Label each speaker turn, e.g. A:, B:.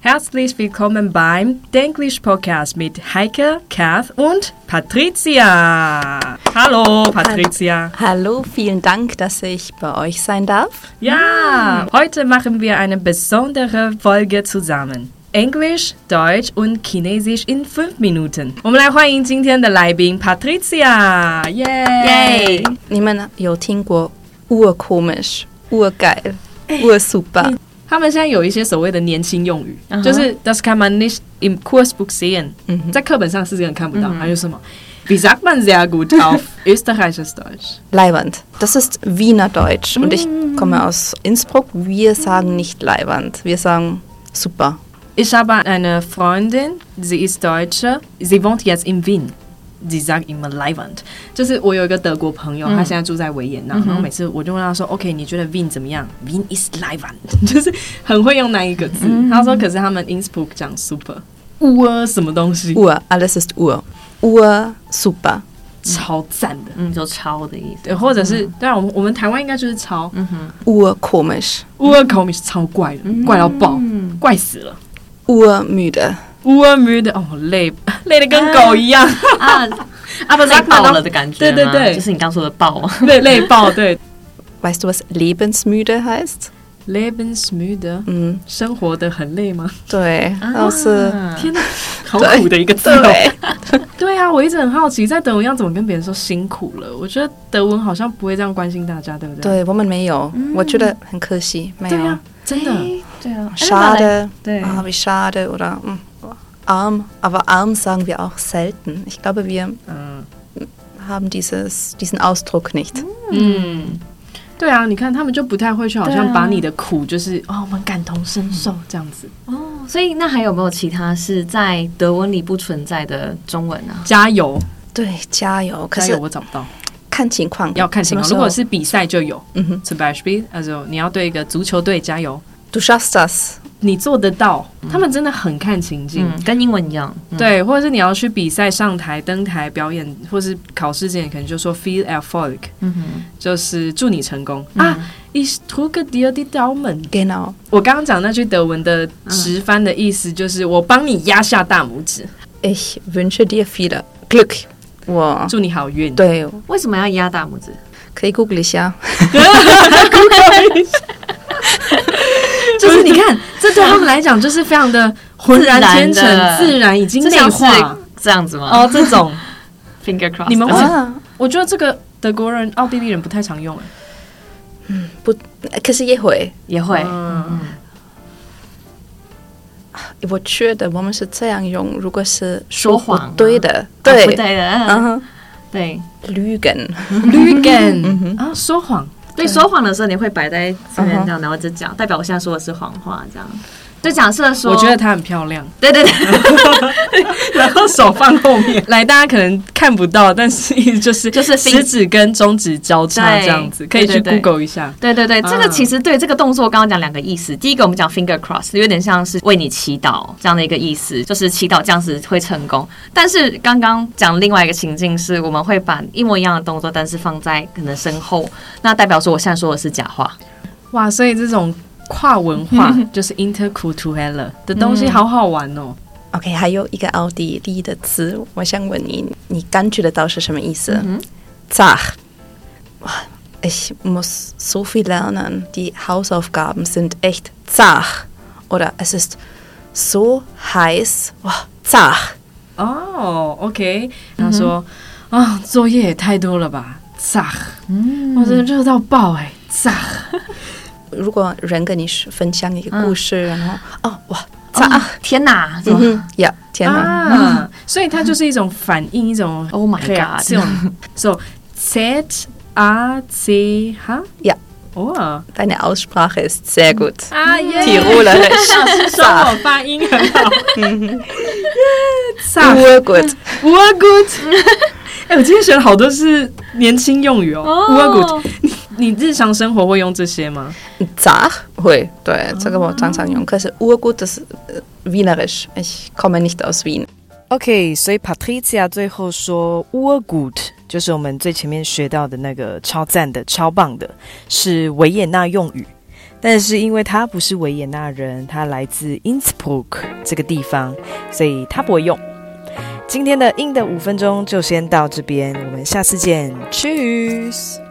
A: Herzlich willkommen beim Denglish Podcast mit Heike, Kath und Patricia. Hallo Patricia.
B: Hallo, vielen Dank, dass ich bei euch sein darf.
A: Ja, heute machen wir eine besondere Folge zusammen. Englisch, Deutsch und Chinesisch in fünf Minuten.我们来欢迎今天的来宾 Patricia，耶！
B: 耶！你们有听过 urkomisch、urgeil、ursuper？
A: 他们现在有一些所谓的年轻用语就是 das kann man nicht im Kursbuch sehen，、在课本上是根本看不到。还有什么？Wie sagt man sehr gut auf österreichisches Deutsch？
B: Leiwand. Das ist Wiener Deutsch und ich komme aus Innsbruck. Wir sagen nicht Leiwand, wir sagen super.
A: Ich habe eine Freundin, sie ist Deutsche, sie wohnt jetzt in Wien. Sie sagt immer Leiwand，就是我有一个德国朋
C: 嗯
A: 友，他现在住在维也纳，然后每次我就问他说：“OK，你觉得 Wien 怎么样？”Wien is Leiwand，就是 很会用那一个字。
C: 嗯
A: 他说：“可是他们 Innsbruck 讲 super，哇，什么东西，
B: Ur, alles ist Ur. Ur, super.
A: 超赞的。”
C: 嗯，就抄的意思。嗯
A: 对，或者是，对啊，我们我们台湾应该就是超，
B: Urkomisch.
A: 乌尔口米是超怪的，怪到爆，怪死了。
B: Urmüde.
A: 乌尔米的哦，累 累的跟狗一 样，
C: 啊，
A: 啊不
C: 累
A: 是
C: 爆了的感觉吗，
A: 对对对
C: 就是你刚说的爆啊。
A: 累累爆，对。
B: Weißt du, was lebensmüde heißt? Hm,
A: Lebensmüde，
B: 嗯，
A: 生活的很累吗？
B: 对，都是
A: 天哪，好
B: 嗯对
A: 苦的一个字哦。
B: 对。
A: 对啊，我一直很好奇，在德文要怎么跟别人说辛苦了？我觉得德文好像不会这样关心大家，对不对？
B: 对啊我们没有，我觉得很可惜，没
A: 对
B: 有
A: 啊。，真的。
B: 哎
C: 对啊
B: Schade,
A: 对
B: ah, wie schade oder mm, arm. Aber arm sagen wir auch selten. Ich glaube, wir
A: 嗯
B: haben dieses, diesen Ausdruck nicht.
A: 嗯，对啊，你看他们就不太会去，好
C: 对
A: 像
C: 啊
A: 把你的苦就是哦，我们感同身受这样子。
C: 哦，所以那还有没有其他是在德文里不存在的中文啊？
A: 加油，
B: 对，加油！可
A: 加油！
B: 是
A: 我找不到，
B: 看情况，
A: 要看情况。
B: 什
A: 如
B: 么
A: 果
B: 时
A: 是比赛就有
B: 候嗯哼
A: ，zum Beispiel，also 你要对一个足球队加油，
B: ，du schaffst das，
A: 你做得到。
B: 嗯
A: 他们真的很看情境。
C: 嗯，跟英文一样。嗯，
A: 对，或者是你要去比赛、上台、登台表演，或是考试之前，可能就说 “feel at folk”，
C: 嗯哼，
A: 就是祝你成功、啊！Ich drücke dir die Daumen。
B: genau，
A: 我刚刚讲那句德文的直翻的意思就是我帮你压下大拇指，
B: ich wünsche dir viel Glück。我
A: 祝你好运。
B: 对，
C: 为什么要压大拇指？
B: 可以 Google 一下。
A: 就是你看，这对他们来讲就是非常的浑然天成
C: 自然、的
A: 自然，已经内化
C: 这样子吗？
A: 哦。这种
C: ，finger 哦 cross。
A: 你们会
B: 啊，
A: 我觉得这个德国人、奥地利人不太常用，哎
B: 可是也会，
C: 也会？
A: 嗯
B: 我觉得我们是这样用，如果是
C: 说
B: 不
C: 谎啊
B: 对的，
C: 啊不
B: 对，
C: 对的，嗯
B: 嗯
C: 对。
B: ，lügen。
A: ，lügen 啊，说谎。
C: 对，说谎的时候你会摆在这边
B: 嗯哼
C: 这样，然后就讲，代表我现在说的是谎话，这样。就假设说，
A: 我觉得她很漂亮。
C: 对对对，
A: 然 后手放后面。来，大家可能看不到，但是 就是
C: 就是
A: 食指跟中指交叉
C: 对
A: 这样子，可以去
C: 对对对
A: Google 一下。
C: 对对对，
A: 嗯
C: 这个其实对这个动作，刚刚讲两个意思。第一个我们讲 finger cross，有点像是为你祈祷这样的一个意思，就是祈祷这样子会成功。但是刚刚讲另外一个情境是，我们会把一模一样的动作，但是放在可能身后，那代表说我现在说的是假话。
A: 哇，所以这种跨文 化就是 intercultural 的东西，好好玩哦。
B: OK，还有一个奥地利的词，我想问你，你感觉得到是什么意思？
C: 哼
B: Zach. Ich muss so viel lernen. Die Hausaufgaben sind echt zach. Oder es ist so heiß. Wow, zach.
A: 哦，OK，他说啊，作业也太多了吧，炸，我真的热到爆哎，炸。
B: 如果人跟你分享一个故事，然后哦哇
C: 啊
B: 炸，
C: 天哪！
B: 嗯
C: 怎么
B: 哼，呀天哪，
A: 啊，所以它就是一种反应，一种
C: Oh my
A: 啊
C: God
A: god，so z a c h
B: Ja.
A: 哦。
B: deine Aussprache ist sehr gut.
A: 啊耶！
B: Tirolerisch.
A: 老师说我发音很 好。嗯萨
B: Urgut.
A: 乌尔古特， 哎，我今天学了好多是年轻用语哦。乌尔古特，你日常生活会用这些吗？
B: Zach? Hui, das ist Urgut, das ist äh, wienerisch. Ich komme nicht aus Wien.
D: OK，所以 Patricia 最后说 “Ur gut”，就是我们最前面学到的那个超赞的、超棒的，是维也纳用语。
A: 但是因为他不是维也纳人，他来自 Innsbruck 这个地方，所以他不会用。今天的硬的五分钟就先到这边，我们下次见，Cheers。